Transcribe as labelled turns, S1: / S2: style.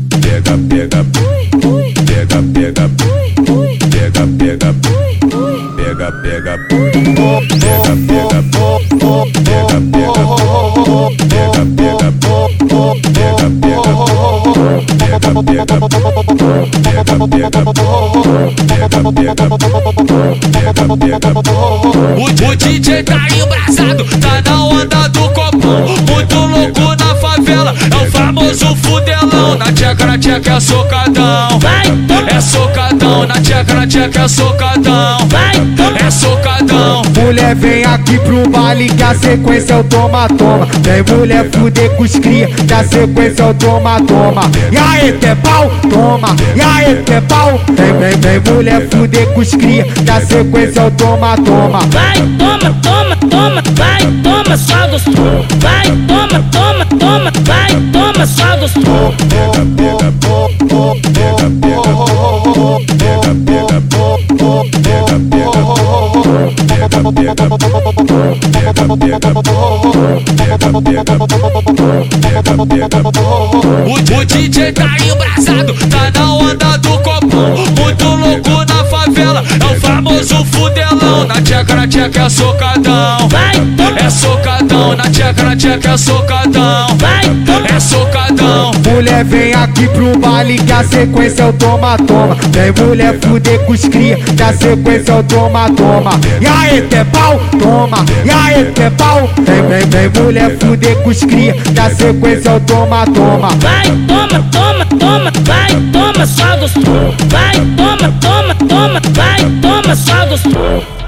S1: pega, pega, pega, pega, pega, pega, pega, pega, pega,
S2: O, o DJ tá embrasado, tá na onda do copão. Muito louco na favela, é o famoso fudelão. Na tcheca, na tcheca é socadão.
S3: Vai, toma.
S2: É socadão, na tcheca, na tcheca é socadão.
S3: Vai, toma.
S2: É socadão.
S4: Mulher vem aqui pro baile que a sequência é o toma toma. Vem mulher fuder com os cria que a sequência é o toma toma. E aí que é pau, toma. E aí que é pau. Vem vem vem mulher fuder com os cria que a sequência é o toma toma.
S3: Vai, toma, toma, toma, vai, toma, só gostou. Vai, toma, toma, toma, vai, toma, só gostou.
S2: O, o DJ tá embrasado, tá na onda do copão. Muito louco na favela, é o famoso fudelão. Na tcheca, na tcheca é socadão.
S3: Vai, toma,
S2: É socadão, na tcheca, na tcheca é socadão.
S3: vai, toma,
S2: É socadão.
S4: Mulher vem aqui pro baile que a sequência é o toma toma. Vem mulher fuder com os cria que a sequência é o toma toma. E aí que é pau, toma. E aí que é pau. Vem vem vem mulher fuder com os cria que a sequência é o toma toma.
S3: vai, toma, toma, toma, vai, toma, só gostou. Vai, toma, toma, toma, vai, toma, só gostou.